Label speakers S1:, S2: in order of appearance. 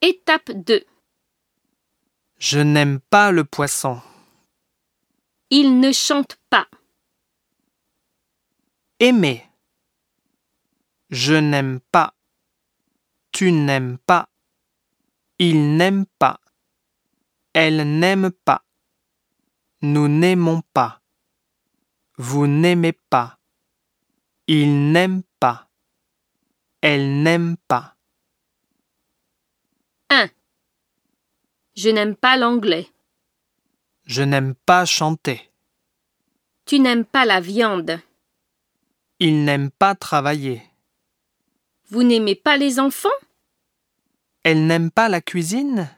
S1: Étape 2.
S2: Je n'aime pas le poisson.
S1: Il ne chante pas.
S2: Aimer. Je n'aime pas. Tu n'aimes pas. Il n'aime pas. Elle n'aime pas. Nous n'aimons pas. Vous n'aimez pas. Il n'aime pas. Elle n'aime pas.
S1: Je n'aime pas l'anglais.
S2: Je n'aime pas chanter.
S1: Tu n'aimes pas la viande.
S2: Il n'aime pas travailler.
S1: Vous n'aimez pas les enfants
S2: Elle n'aime pas la cuisine.